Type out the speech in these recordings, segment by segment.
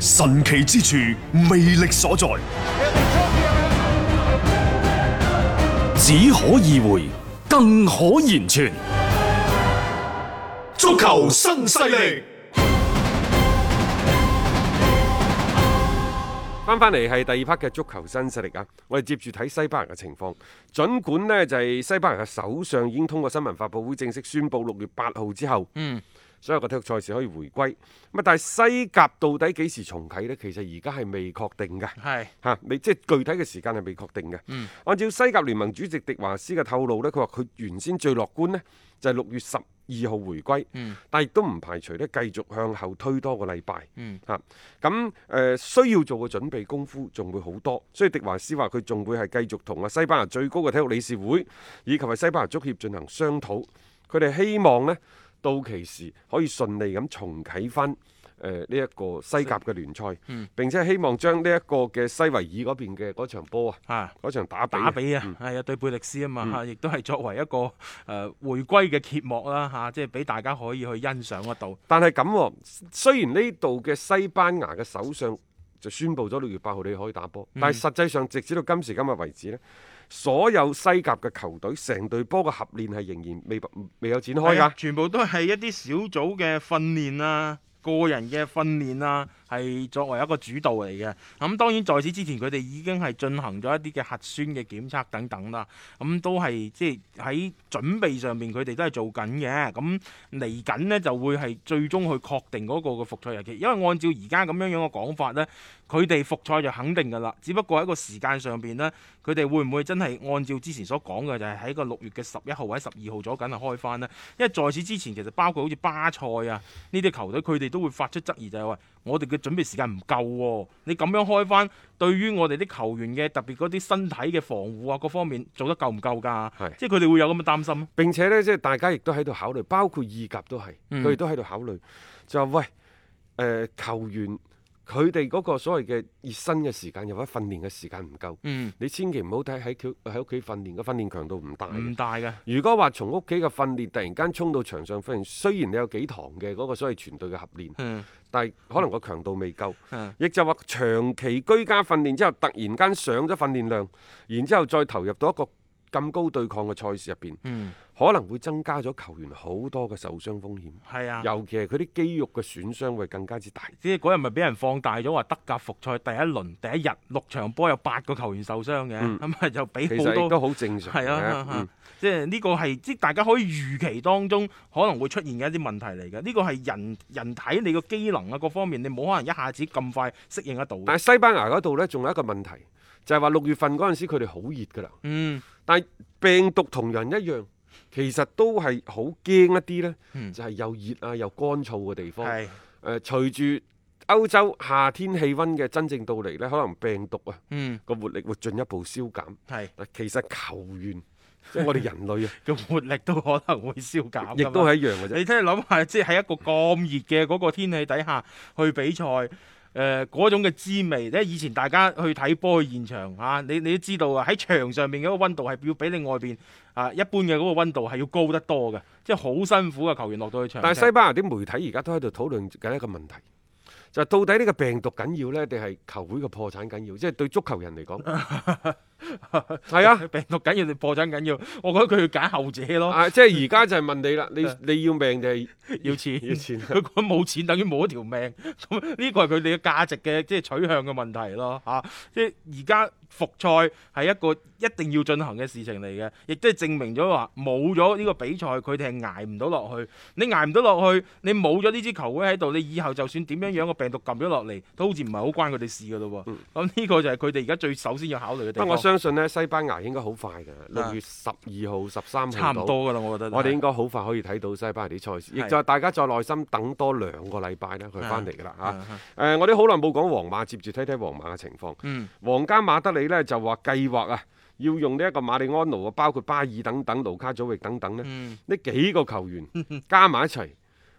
神奇之處，魅力所在，只可意會，更可言傳。足球新勢力。翻翻嚟係第二 part 嘅足球新勢力啊！我哋接住睇西班牙嘅情況。儘管呢，就係、西班牙嘅首相已經通過新聞發佈會正式宣布六月八號之後，嗯，所有嘅體育賽事可以回歸。咁啊，但係西甲到底幾時重啟呢？其實而家係未確定嘅。係嚇、你即係具體嘅時間係未確定嘅。按照西甲聯盟主席迪華斯嘅透露呢，佢話佢原先最樂觀呢，就係、六月十二號回歸，但係亦都唔排除呢繼續向後推多個禮拜。嚇咁誒需要做嘅準備功夫仲會好多，所以迪華斯話佢仲會係繼續同啊西班牙最高嘅體育理事會以及係西班牙足協進行商討，佢哋希望呢，到期時可以順利咁重啟翻。誒呢一個西甲嘅聯賽，並且希望將呢一個嘅西維爾嗰邊嘅嗰場波啊，啊。嗰場打比打比啊嗯，係啊，對貝歷斯啊嘛，嚇亦都係作為一個誒、呃回歸嘅揭幕啦，嚇、即係俾大家可以去欣賞得到。但係咁喎，雖然呢度嘅西班牙嘅首相就宣布咗六月八號你可以打波，嗯但係實際上直至到今時今日為止呢，所有西甲嘅球隊成隊波嘅合練係仍然未未有展開係啊㗎。全部都係一啲小組嘅訓練啊。個人嘅訓練啊，係作為一個主導嚟嘅。咁當然在此之前，佢哋已經係進行咗一啲嘅核酸嘅檢測等等啦。咁都係即係喺準備上面，佢哋都係做緊嘅。咁嚟緊呢，就會係最終去確定嗰個嘅復賽日期，因為按照而家咁樣樣嘅講法呢，佢哋復賽就肯定㗎啦。只不過喺個時間上邊呢，佢哋會唔會真係按照之前所講嘅，就係喺個六月嘅十一號或者十二號左緊係開翻呢？因為在此之前，其實包括好似巴塞啊呢啲球隊，佢哋都會發出質疑，就係話我哋嘅準備時間唔夠喎。你咁樣開翻，對於我哋啲球員嘅特別嗰啲身體嘅防護啊各方面做得夠唔夠㗎係？即係佢哋會有咁嘅擔心。並且呢，即係大家亦都喺度考慮，包括意甲都係，嗯佢哋都喺度考慮，就話喂，誒、球員佢哋嗰個所謂嘅熱身嘅時間，又或者訓練嘅時間唔夠，嗯，你千祈唔好睇喺屋喺屋企訓練嘅訓練強度唔大嘅。唔大㗎。如果話從屋企嘅訓練突然間衝到場上訓練，雖然你有幾堂嘅嗰個所謂全隊嘅合練，嗯但係可能個強度未夠嗯，亦就話長期居家訓練之後，突然間上咗訓練量，然之後再投入到一個咁高對抗嘅賽事入邊，嗯，可能會增加咗球員好多嘅受傷風險，係啊。尤其係佢啲肌肉嘅損傷會更加之大。即係嗰日咪俾人放大咗話德甲復賽第一輪第一日六場波有八個球員受傷嘅，嗯咁咪、就俾其好實亦多都好正常嘅。係啊，嗯即係呢個係即係大家可以預期當中可能會出現嘅一啲問題嚟嘅。呢個係人人體你個機能啊各方面，你冇可能一下子咁快適應得到嘅。但係西班牙嗰度呢，仲有一個問題，就係話六月份嗰陣時佢哋好熱㗎啦。嗯，但係病毒同人一樣，其實都係好驚一啲呢，嗯就係又熱啊又乾燥嘅地方。誒、係，隨住歐洲夏天氣温嘅真正到嚟呢，可能病毒啊嗯，個活力會進一步消減。係嗱，其實球 員即係我哋人類啊個活力都可能會消減㗎嘛。啊，亦都係一樣嘅啫。你真係諗下，即係喺一個咁熱嘅嗰個天氣底下去比賽，誒、嗰種嘅滋味咧，以前大家去睇波去現場嚇、啊你你都知道啊，喺場上面嗰個温度係要比你外邊啊一般嘅嗰個温度係要高得多嘅，即係好辛苦嘅啊球員落到去場上。但係西班牙啲媒體而家都喺度討論緊一個問題， 就係到底呢個病毒緊要呢？定係球會嘅破產緊要？即係對足球人嚟講，係啊。病毒緊要定破產緊要？我覺得佢要揀後者咯，啊！即係而家就係問你啦，你 你要命定係要錢要錢啊 佢講冇錢等於冇一條命，咁呢個係佢哋嘅價值嘅即係取向嘅問題咯嚇、即係而家復賽係一個一定要進行嘅事情嚟嘅，亦都係證明咗話冇咗呢個比賽，佢哋係捱唔到落去。你捱唔到落去，你冇咗呢支球會喺度，你以後就算點樣樣個病毒撳咗落嚟，都好似唔係好關佢哋事噶咯喎。咁呢、個就係佢哋而家最首先要考慮嘅嗯地不過方。啊我相信呢，西班牙應該好快㗎，六月十二號、十三號差到唔多噶啦，我覺得。我哋應該好快可以睇到西班牙啲賽事，亦係就係大家再耐心等多兩個禮拜呢，佢翻嚟㗎啦嚇。誒、啊我哋好耐冇講皇馬，接住睇睇皇馬嘅情況。嗯皇家馬德里呢，就話計劃啊，要用呢一個馬里安奴啊，包括巴爾等等、盧卡祖域等等呢，嗯呢、幾個球 員加埋一齊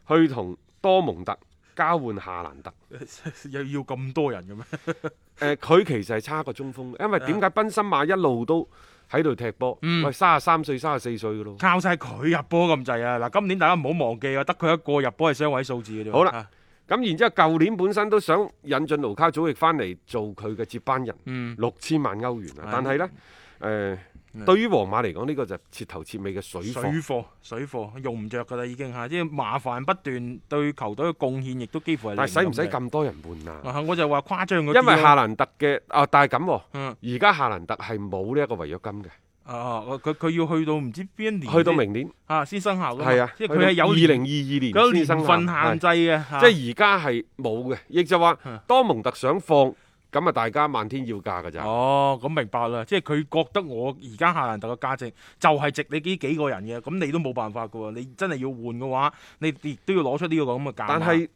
去同多蒙特交換夏蘭特。 又要咁多人嘅咩？誒呃佢、其實係差過中鋒嘅，因為點解賓森馬一路都喺度踢波？啊嗯喂，三十三歲、三十四歲嘅咯。靠晒佢入波咁滯啊！嗱，今年大家唔好忘記啊，得佢一個入波係雙位數字嘅啫。好啦啊，咁然之後，舊年本身都想引進盧卡祖亦翻嚟做佢嘅接班人，嗯，六千萬歐元啊！係嗯但係呢，誒、對於皇馬嚟講，呢、個就係徹頭徹尾嘅水水貨。貨水貨用唔着㗎啦，已經嚇，啊即係麻煩不斷，對球隊嘅貢獻亦都幾乎係零但係使唔使咁咁多人換嘅？啊？啊我就話誇張嗰因啲咯為夏蘭特嘅啊，但係咁嗯喎，而家夏蘭特係冇呢一個違約金嘅，啊，佢佢要去到唔知邊一年去到先明年啊先生效㗎嘛係啊，即係佢係有二年零二佢二有年先年生份效係限制嘅，啊嚇即係而家係冇嘅，亦就話嗯多蒙特想放，咁啊大家漫天要價㗎咋。哦，咁明白啦，即係佢覺得我而家夏蘭特嘅價值就係值你呢幾個人嘅，咁你都冇辦法㗎喎，你真係要換嘅話，你亦都要攞出呢個咁嘅價碼。但係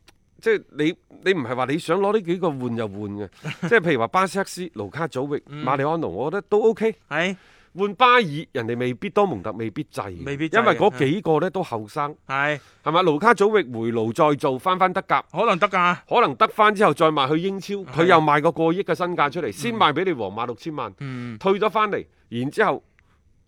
即係你你唔係話你想攞呢幾個換就換 嘅，即係譬如話巴斯克斯、盧卡祖域、嗯馬里安奴，我覺得都 OK。係換巴爾，人哋未必多蒙特未必制嘅，未必制因為嗰嘅幾個呢都後生，係係咪？盧卡祖域回爐再做，翻翻德甲。可能得㗎，可能得翻之後再賣去英超，佢啊係又賣個過億嘅身價出嚟，先賣俾你皇馬六千萬，嗯退咗翻嚟，然之後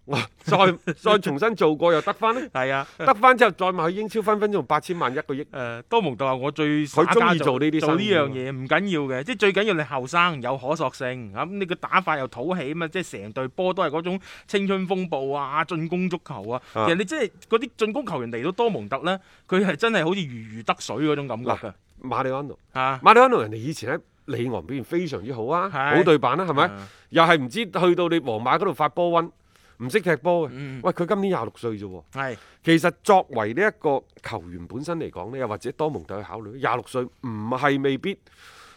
我再 再重新做過又得翻呢？係啊。得翻之後再賣去英超，分分鐘八千萬一個億。誒、多蒙特話我最耍佢鍾意家做呢啲做呢生意啊樣嘢唔緊要嘅，即係最緊要你後生有可塑性，啊咁你個打法又討喜啊嘛，即係成隊波都係嗰種青春風暴啊、進攻足球啊。啊其實你即係嗰啲進攻球員嚟到多蒙特咧，佢係真係好似如魚得水嗰種感覺㗎啊馬里安奴，嚇。馬里安奴人哋以前喺里昂表現非常之好啊，係好對版啦、係咪？啊又係唔知去到你皇馬嗰度發波瘟，唔識踢波嘅。嗯喂，佢今年廿六歲啫喎。係其實作為呢一個球員本身嚟講呢，又或者多蒙特去考慮，廿六歲唔係未必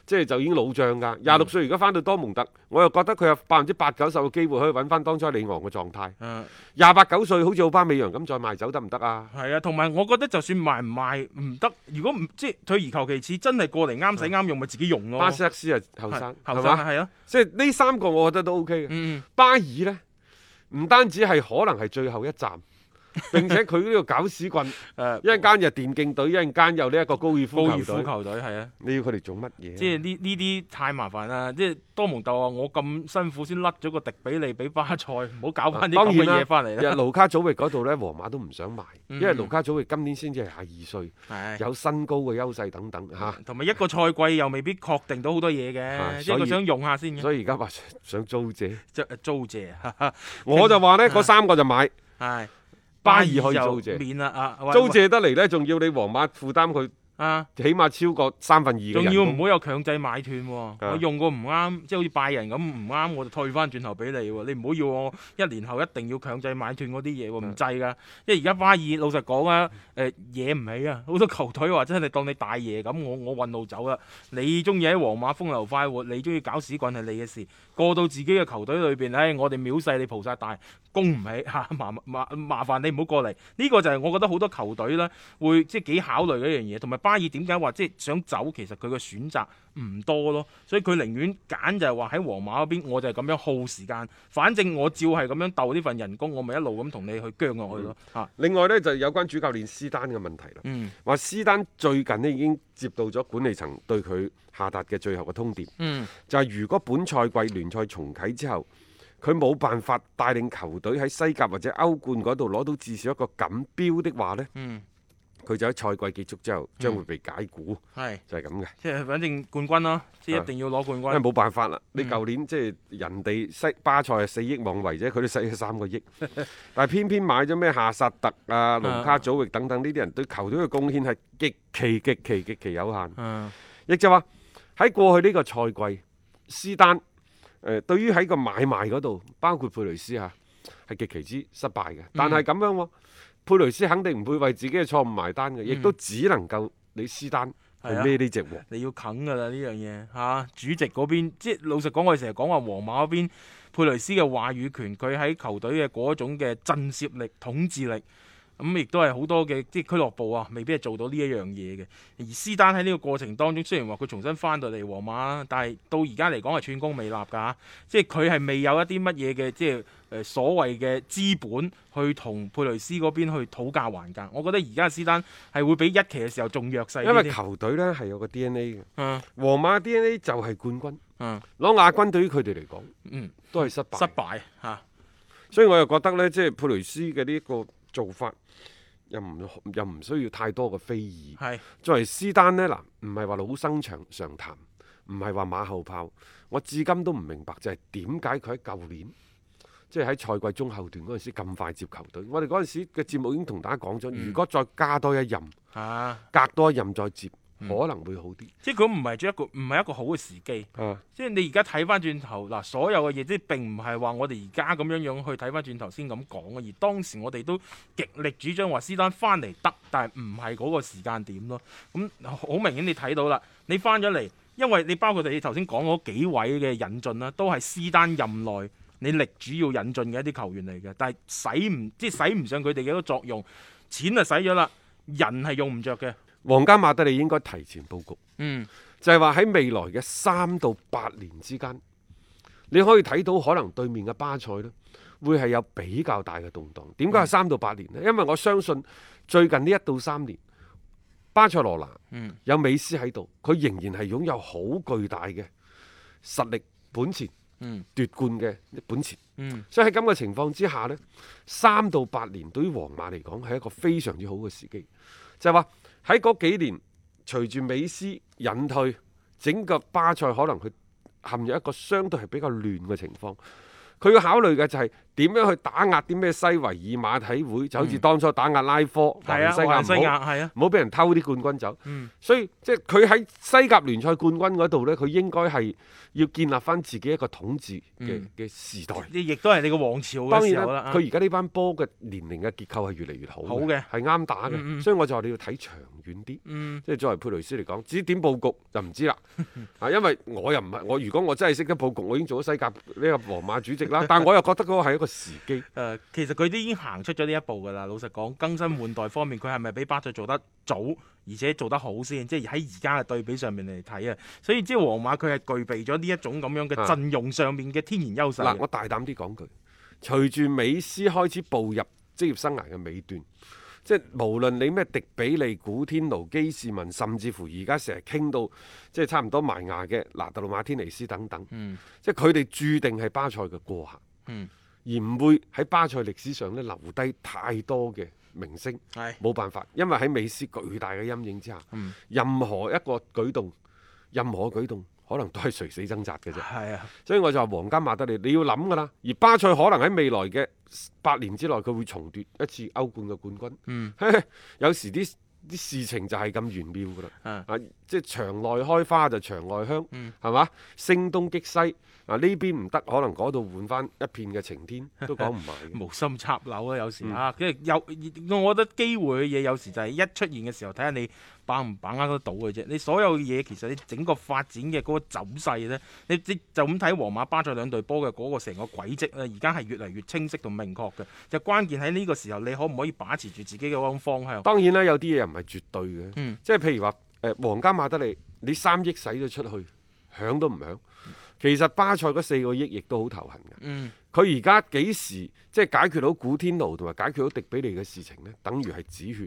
即係就已經老將㗎。廿六歲而家翻到多蒙特，我又覺得佢有百分之八九十嘅機會可以揾翻當初里昂嘅狀態。誒廿八九歲好似奧巴美揚咁再賣走得唔得啊？係啊，同埋我覺得就算賣唔賣唔得，如果唔即係退而求其次，真係過嚟啱使啱用咪自己用咯。巴斯克斯係後生，哦係後係生嘛？係啊，即係呢三個我覺得都 OK 嘅。嗯。巴爾呢，唔單止係可能係最後一 站，並且佢呢個搞屎棍，誒一陣間又電競隊，一陣間又呢一個嗯高爾嗯高夫爾球夫隊，球隊係啊。你要佢哋做乜嘢啊？即係呢呢啲太麻煩啦！即係多蒙特話我咁辛苦先甩咗個迪比利俾巴塞，唔好搞翻啲咁啊當嘅然啦嘢翻嚟日啦。盧卡祖域嗰度呢，皇馬都唔想賣，因為嗯盧卡祖域今年先至係廿二歲，係，嗯有身高嘅優勢等等嚇、同埋一個賽季又未必確定到好多嘢嘅，係即係啊所佢以想用下先嘅。所以而家話想想租 借，即係呃租借，我就話呢，嗰三個就買，係巴爾可以租啊就借，免啦啊！喂租借得嚟呢，仲要你皇馬負擔佢喂啊！起碼超過三分二嘅仲人啊要工唔好有強制買斷喎、我用過唔啱，即係好似拜仁咁唔啱，我就退翻轉頭俾你喎。你唔好要我一年後一定要強制買斷嗰啲嘢喎，唔制啊㗎。因為而家巴爾老實講啊，誒惹唔起啊，好多球隊話真係當你大爺咁，我我運路走啦。你中意喺皇馬風流快活，你中意搞屎棍係你嘅事。過到自己嘅球隊裏邊，唉、我哋藐視你菩薩大，供唔起嚇、 麻麻麻煩你唔好過嚟。呢、個就係我覺得好多球隊咧會即係幾考慮嘅一樣嘢，同埋巴爾點解話即係想走，其實佢嘅選擇唔多咯，所以佢寧願揀就係話喺皇馬嗰邊，我就係咁樣耗時間，反正我照係咁樣鬥呢份人工，我咪一路咁同你去僵落去咯嚇。另外呢，就有關主教練斯丹嘅問題啦，嗯話斯丹最近呢已經接到咗管理層對佢下達嘅最後嘅通牒。嗯就係如果本賽季聯賽重啟之後，佢冇辦法帶領球隊喺西甲或者歐冠嗰度攞到至少一個錦標的話呢，嗯佢就喺賽季結束之後將會被解雇，係就係咁嘅。即係反正冠軍咯，即係啊一定要攞冠因軍為。冇辦法啦，你嗯舊年即係人哋西巴塞係四億妄為啫，佢都使咗三個 億，但係偏偏買咗咩夏薩特啊、盧卡祖域等等呢啲人對球隊嘅貢獻係極其極其極其有限。嗯亦就話喺過去呢個賽季，斯丹誒、呃、對於喺個買賣嗰度，包括佩雷斯嚇，係極其之失敗嗯嘅。但係咁樣喎、佩雷斯肯定唔會為自己嘅錯誤埋單嘅，亦都只能夠你斯丹去係啊孭呢只鑊。你要啃噶啦呢樣嘢嚇，主席嗰邊即係老實講，我哋成日講話皇馬嗰邊佩雷斯嘅話語權，佢喺球隊嘅嗰種嘅震攝力、統治力，咁、亦都係好多嘅即係俱樂部啊，未必係做到呢一樣嘢嘅。而斯丹喺呢個過程當中，雖然話佢重新翻到嚟皇馬啦，但係到而家嚟講係寸功未立㗎嚇，即係佢係未有一啲乜嘢嘅即係。誒所謂嘅資本去同佩雷斯嗰邊去討價還價，我覺得而家斯丹係會比一期嘅時候仲弱勢啲因為添球隊呢係有個 DNA 嘅，嗯皇馬 DNA 就係冠軍，嗯攞亞軍對於佢哋嚟講嗯。都係失敗。失敗嚇、所以我又覺得呢，即係佩雷斯嘅呢一個做法又唔又唔需要太多嘅非議。係作為斯丹呢，嗱，唔係話老生常常談，唔係話馬後炮，我至今都唔明白就係點解佢喺舊年，即係喺賽季中後段嗰陣時咁快接球隊。我哋嗰陣時嘅節目已經同大家講嗯咗，如果再加多一任，啊，隔多一任再接，嗯可能會好啲。即係佢唔係咗一個唔係一個好嘅時機。啊，即係你而家睇翻轉頭嗱，所有嘅嘢即係並唔係話我哋而家咁樣樣去睇翻轉頭先咁講嘅，而當時我哋都極力主張話斯丹翻嚟得，但係唔係嗰個時間點咯。咁好明顯你睇到啦，你翻咗嚟，因為你包括你頭先講嗰幾位嘅引進啦，都係斯丹任內你力主要引進嘅一啲球員嚟嘅，但係使唔即係使唔上佢哋嘅一個作用，錢就使咗啦，人係用唔着嘅。皇家馬德里應該提前佈局。嗯就係話喺未來嘅三到八年之間，你可以睇到可能對面嘅巴塞呢會係有比較大嘅動盪。點解係三到八年呢？因為我相信最近呢一到三年，巴塞羅那嗯有美斯喺度，佢仍然係擁有好巨大嘅實力本錢嗯，奪冠嘅本錢。嗯所以喺咁嘅情況之下呢，三到八年對於皇馬嚟講係一個非常之好嘅時機，就係話喺嗰幾年，隨住美斯引退，整個巴塞可能佢陷入一個相對係比較亂嘅情況。佢要考慮嘅就係點樣去打壓啲咩西維爾馬體會，就好似當初打壓拉科、華嗯倫係啊，西亞華倫西唔好亞係啊，唔好俾人偷啲冠軍走。嗯所以即係佢喺西甲聯賽冠軍嗰度呢，佢應該係要建立翻自己一個統治嘅嗯嘅時代。你亦都係你個王朝當嘅時然候啦啦，啊。佢而家呢班波嘅年齡嘅結構係越嚟越好，好嘅係啱打嘅，嗯嗯所以我就話你要睇長遠啲。嗯即係作為佩雷斯嚟講，至於點佈局就唔知 啦。啊，因為我又唔係我，如果我真係識得佈局，我已經做咗西甲呢個皇馬主席啦。但我又覺得嗰個係一個時機。誒、其實佢都已經行出咗呢一步㗎啦。老實講，更新換代方面，佢係咪比巴塞做得早，而且做得好先？即係喺而家嘅對比上面嚟睇啊，所以即係皇馬佢係具備咗呢一種咁樣嘅啊陣容上面嘅天然優勢嗱，嘅。我大膽啲講句，隨住美斯開始步入職業生涯嘅尾段，即係無論你咩迪比利、古天奴、基士文，甚至乎而家成日傾到即係差唔多埋牙嘅拿特魯馬天尼斯等等，嗯即係佢哋注定係巴塞嘅過客，嗯而唔會喺巴塞歷史上咧留低太多嘅明星。係冇辦法，因為喺美斯巨大嘅陰影之下，嗯任何一個舉動，任何舉動可能都係垂死掙扎嘅啫。係啊，所以我就話皇家馬德里你要諗㗎啦。而巴塞可能喺未來嘅八年之內，佢會重奪一次歐冠嘅冠軍。嗯 有時啲啲事情就係咁玄妙㗎啦。啊啊，即係場內開花就場外香，嗯係嘛、聲東擊西啊，呢邊唔得，可能嗰度換翻一片嘅晴 天都講唔埋嘅。無心插柳啊，有時嗯啊，即係有，我覺得機會嘅嘢有時就係一出現嘅時候，睇下你把唔把握得到嘅啫。你所有嘢其實你整個發展嘅嗰個走勢咧，你即就咁睇皇馬、巴塞兩隊波嘅嗰個成個軌跡啊咧，而家係越嚟越清晰同明確嘅。就關鍵喺呢個時候，你可唔可以把持住自己嘅嗰種方向？當然啦，有啲嘢又唔係絕對嘅，嗯即係譬如話誒、皇家馬德里，你三億使咗出去，響都唔響。其實巴塞嗰四個億亦都好頭痕嘅。嗯，佢而家幾時即係解決到古天奴同埋解決到迪比利嘅事情呢？等於係止血。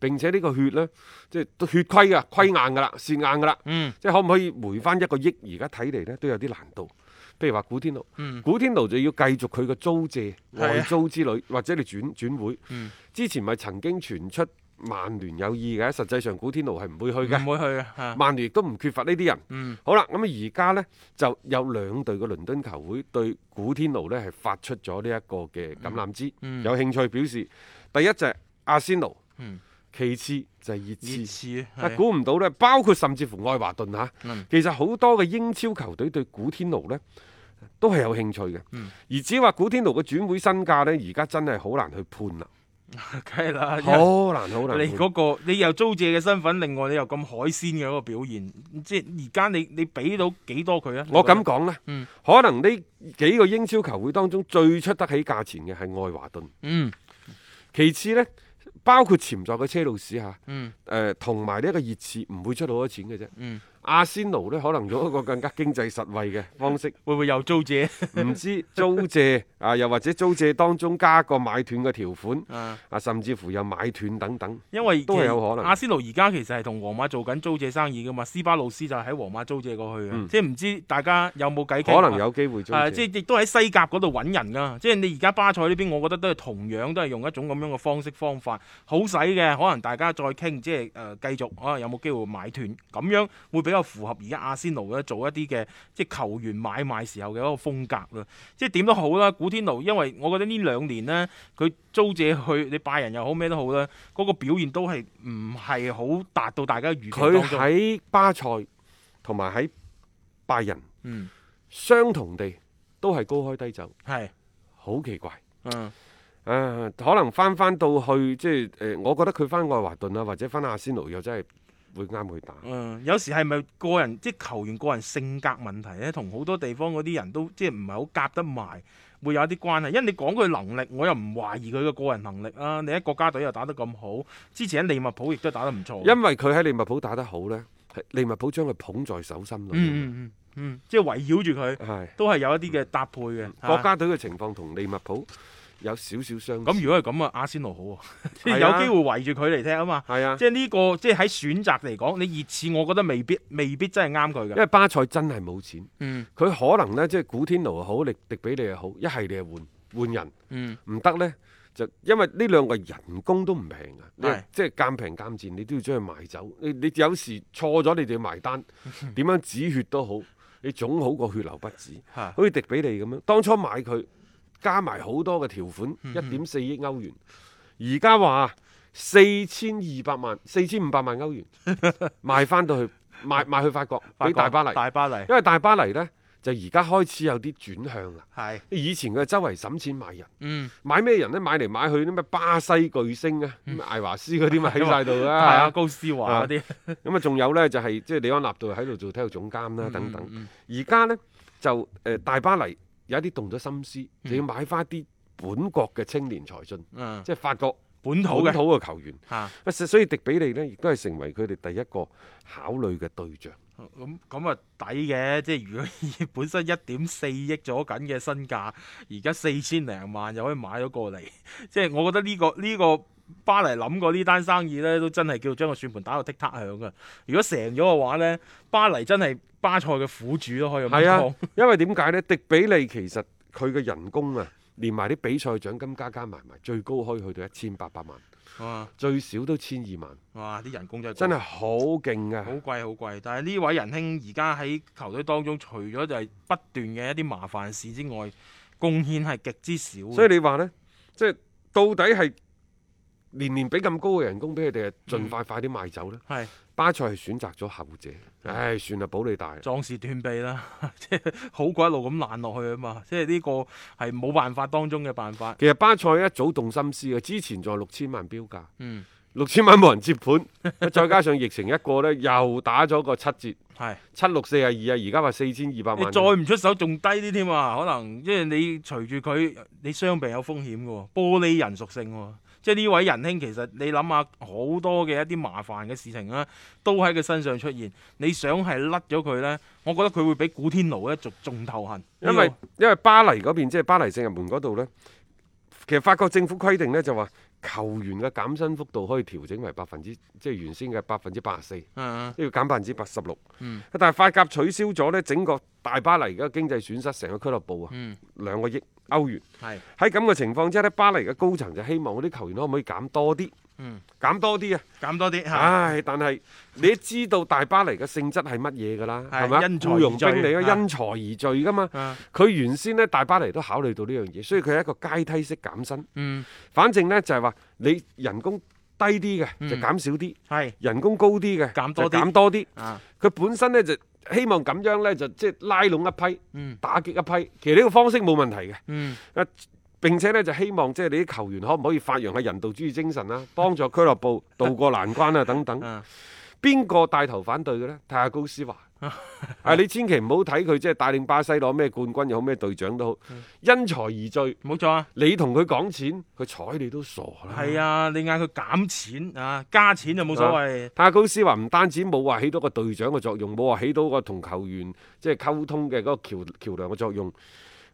並且呢個血呢，即係都血虧㗎，虧硬㗎啦，蝕硬㗎啦。嗯即係可唔可以回翻一個億？而家睇嚟呢，都有啲難度。譬如話古天奴，嗯古天奴就要繼續佢嘅租借、係啊外租之旅，或者你轉轉會。嗯之前咪曾經傳出曼聯有意嘅，實際上古天奴係唔會去嘅。唔會去啊嘅嚇。曼聯亦都唔缺乏呢啲人。嗯好啦，咁啊而家呢，就有兩隊嘅倫敦球會對古天奴呢係發出咗呢一個嘅橄欖枝，嗯有興趣表示。第一就係阿仙奴，嗯其次就係熱刺熱。刺啊！係估唔到呢，包括甚至乎愛華頓嚇，嗯其實好多嘅英超球隊對古天奴呢都係有興趣嘅。嗯而只話古天奴嘅轉會身價呢，而家真係好難去判啦，梗係啦，因為好難好難判。你嗰、個你又租借嘅身份，另外你又咁海鮮嘅一個表現，即係而家你你俾到幾多佢啊？我咁講呢，嗯可能呢幾個英超球會當中最出得起價錢嘅係愛華頓，嗯其次呢，包括潛在嘅車路士嚇，嗯誒同埋呢一個熱刺唔會出到好多錢嘅啫。嗯，阿仙奴呢，可能用一個更加經濟實惠嘅方式。 會唔會又租借？唔知租借啊，又或者租借當中加個買斷嘅條款啊，啊，甚至乎有買斷等等。 因為都係有可能其實阿仙奴而家其實係同皇馬做緊租借生意噶嘛，斯巴魯斯就係喺皇馬租借過去嘅，嗯即係唔知大家有冇計可傾啊？能有機會租啊，借即。係亦都喺西甲嗰度揾人㗎，即係你而家巴塞呢邊，我覺得都係同樣都係用一種咁樣嘅方式方法，好使嘅。可能大家再傾，即係誒、呃、繼續可能有冇機會買斷，咁樣會比較符合而家阿仙奴咧做一啲嘅即係球員買賣時候嘅一個風格啦。即係點都好啦，古天奴，因為我覺得呢兩年呢，佢租借去你拜仁又好咩都好啦，嗰、個表現都係唔係好達到大家預期佢當中。喺巴塞同埋喺拜仁嗯，相同地都係高開低走，係，好奇怪。嗯誒、可能翻翻到去即係誒、呃我覺得佢翻愛華頓啊，或者翻阿仙奴又真係會啱佢打。嗯，有時係咪個人即係球員個人性格問題咧，同好多地方嗰啲人都即係唔係好夾得埋，會有啲關係。因為你講佢能力，我又唔懷疑佢嘅個人能力啊。你喺國家隊又打得咁好，之前喺利物浦亦都打得唔錯。因為佢喺利物浦打得好呢，係利物浦將佢捧在手心裏。嗯嗯嗯嗯，即係圍繞住佢係都係有一啲嘅搭配嘅。嗯國啊家隊嘅情況同利物浦有少少相似。咁如果係咁啊，阿仙奴好喎，即係係啊 有機會圍住佢嚟踢啊嘛。係啊，即係呢個即係喺選擇嚟講，你熱刺我覺得未必未必真係啱佢因嘅。為巴塞真係冇錢，嗯佢可能呢，即係古天奴又好，力迪比利又好，一係你就換換人，嗯唔得呢，就因為呢兩個人工都唔平啊，你係即係鑑平鑑賤，你都要將佢賣走。你你有時錯咗，你就要埋 單，點樣止血都好，你總好過血流不止。嚇好似迪比利咁樣，當初買佢加埋好多嘅條款，嗯一點四億歐元，而家話四千二百萬、四千五百萬 歐元賣翻到去賣賣去法國，法俾國大巴黎。啊大巴黎因為大巴黎呢，就而家開始有啲轉向啦。係以前佢係周圍審錢買人，嗯。買咩人呢？買嚟買去啲咩巴西巨星啊，嗯咩艾華斯嗰 啲咪喺晒度係啊，啦。高斯華嗰啲，咁啊，仲有呢，就係即係李安納度喺度做體育總監啦，等等。嗯而家呢，就誒、呃大巴黎有一啲動咗心思，就要買翻啲本國嘅青年才俊，嗯，即係法國本土本嘅土嘅球員。嚇，啊所所以迪比利呢，亦都係成為佢哋第一個考慮嘅對象。咁咁啊抵嘅，即係如果以本身一點四億咗緊嘅身價，而家四千零萬就可以買咗過嚟， 即係我覺得呢、個呢、個巴黎諗過呢單生意咧，都真係叫將個算盤打到剔嗒響嘅。如果成咗嘅話咧，巴黎真係巴塞嘅苦主都可以咁係講啊。，因為點解呢？迪比利其實佢嘅人工啊，連埋啲比賽獎金加加埋埋，最高可以去到一千八百萬，哇最少都千二萬，哇！啲人工真係真係係好勁啊好㗎！貴好貴，但係呢位仁兄而家喺球隊當中，除咗就係不斷嘅一啲麻煩事之外，貢獻係極之少嘅。所以你話呢，即係到底係年年俾咁高嘅人工俾佢哋，盡快快啲賣走呢？係巴塞係選擇咗後者，嗯唉，算啦，保你大啦。壯士斷臂啦， 即係好過一路咁爛落去啊嘛！即係呢個係冇辦法當中嘅辦法。其實巴塞一早動心思嘅，之前仲有六千萬標價，嗯，六千萬冇人接盤， 再加上疫情一過呢，又打咗個七折，係七六四廿二啊，而家話四千二百你萬。再唔出手，仲低啲添啊！可能即係你隨住佢，你傷病有風險嘅喎，玻璃人屬性喎。即係呢位仁兄，其實你諗下好多嘅一啲麻煩嘅事情啦，都喺佢身上出現。你想係甩咗佢呢，我覺得佢會比古天奴咧仲仲頭痕，因為呢因為巴黎嗰邊即係巴黎聖日門嗰度呢，其實法國政府規定呢，就話球員嘅減薪幅度可以調整為百分之即係原先嘅百分之八十四，嗯都要減百分之八十六。嗯但係法甲取消咗呢整個大巴黎嘅經濟損失，成個俱樂部啊嗯，兩個億歐元。係喺咁嘅情況之下呢巴黎嘅高層就希望嗰啲球員可唔可以減多啲？嗯，減多啲啊！減多啲嚇，唉，但係你都知道大巴黎嘅性質係乜嘢㗎啦，係係咪啊？因材僱傭而兵聚嚟嘅，啊因才而聚㗎嘛。啊佢原先呢，大巴黎都考慮到呢樣嘢，所以佢係一個階梯式減薪。嗯反正呢，就係話你人工低啲嘅就嗯減少啲，係人工高啲嘅減多啲就減多啲。啊佢本身呢，就希望咁樣呢，就即係拉攏一批，嗯打擊一批。其實呢個方式冇問題嘅。嗯啊並且呢，就希望即係你啲球員可唔可以發揚下人道主義精神啦，幫助俱樂部渡過難關啊等等。啊邊個帶頭反對嘅呢？睇下高斯 華。啊！你千祈唔好睇佢即係帶領巴西攞咩冠軍又好咩隊長都好，嗯因才而聚。冇錯啊。你同佢講錢，佢睬你都傻啦。係啊，你嗌佢減錢啊，加錢就冇所謂。塔高斯話唔單止冇話起到個隊長嘅作用，冇話起到個同球員即係溝通嘅嗰個橋橋梁嘅作用，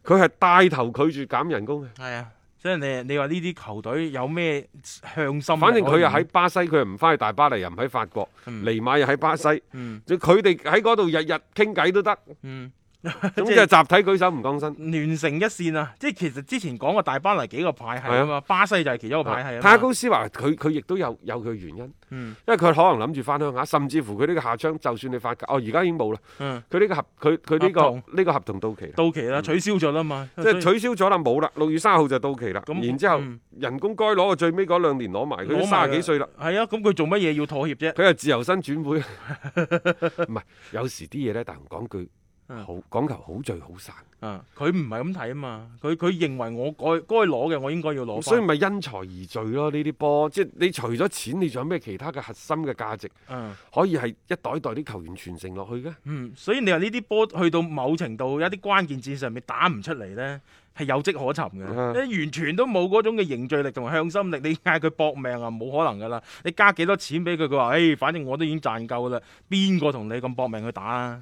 佢係帶頭拒絕減人工嘅。係啊，即係你你話呢啲球隊有咩向心？反正佢又喺，巴西，佢又唔翻去大巴黎，又唔喺法國，嗯尼馬又喺巴西，嗯即係佢哋喺嗰度日日傾偈都得，嗯，總 即之係係集體舉手唔降薪。聯成一線啊！即係其實之前講過大巴黎幾個派系啊嘛，巴西就係其中一個派系啊嘛。塔高斯話佢佢亦都有有佢嘅原因，嗯因為佢可能諗住翻鄉下，啊甚至乎佢呢個下窗，就算你發哦而家已經冇啦，嗯，佢呢個合佢佢呢合同個呢個合同到期啦。到期啦，取消咗啦嘛，嗯即係取消咗啦，冇啦，六月三號就到期啦。咁然之後嗯人工該攞嘅最尾嗰兩年攞埋，佢攞都埋三啦十幾歲啦，係啊，咁佢做乜嘢要妥協啫？佢又自由身轉 會。唔係，有時啲嘢呢，大雄講句嗯好講求好聚好散，啊，佢唔係咁睇啊嘛，佢佢認為我該該攞嘅，我應該要攞所以翻。咪因財而聚咯。呢啲波即係你除咗錢，你仲有咩其他嘅核心嘅價值嗯可以係一代一代啲球員傳承落去嘅？嗯，所以你話呢啲波去到某程度，一啲關鍵戰上面打唔出嚟呢，係有跡可尋啊嘅，你完全都冇嗰種嘅凝聚力同埋向心力，你嗌佢搏命啊，冇可能噶啦！你加幾多錢俾佢，佢話：，誒、反正我都已經賺夠啦，邊個同你咁搏命去打啊？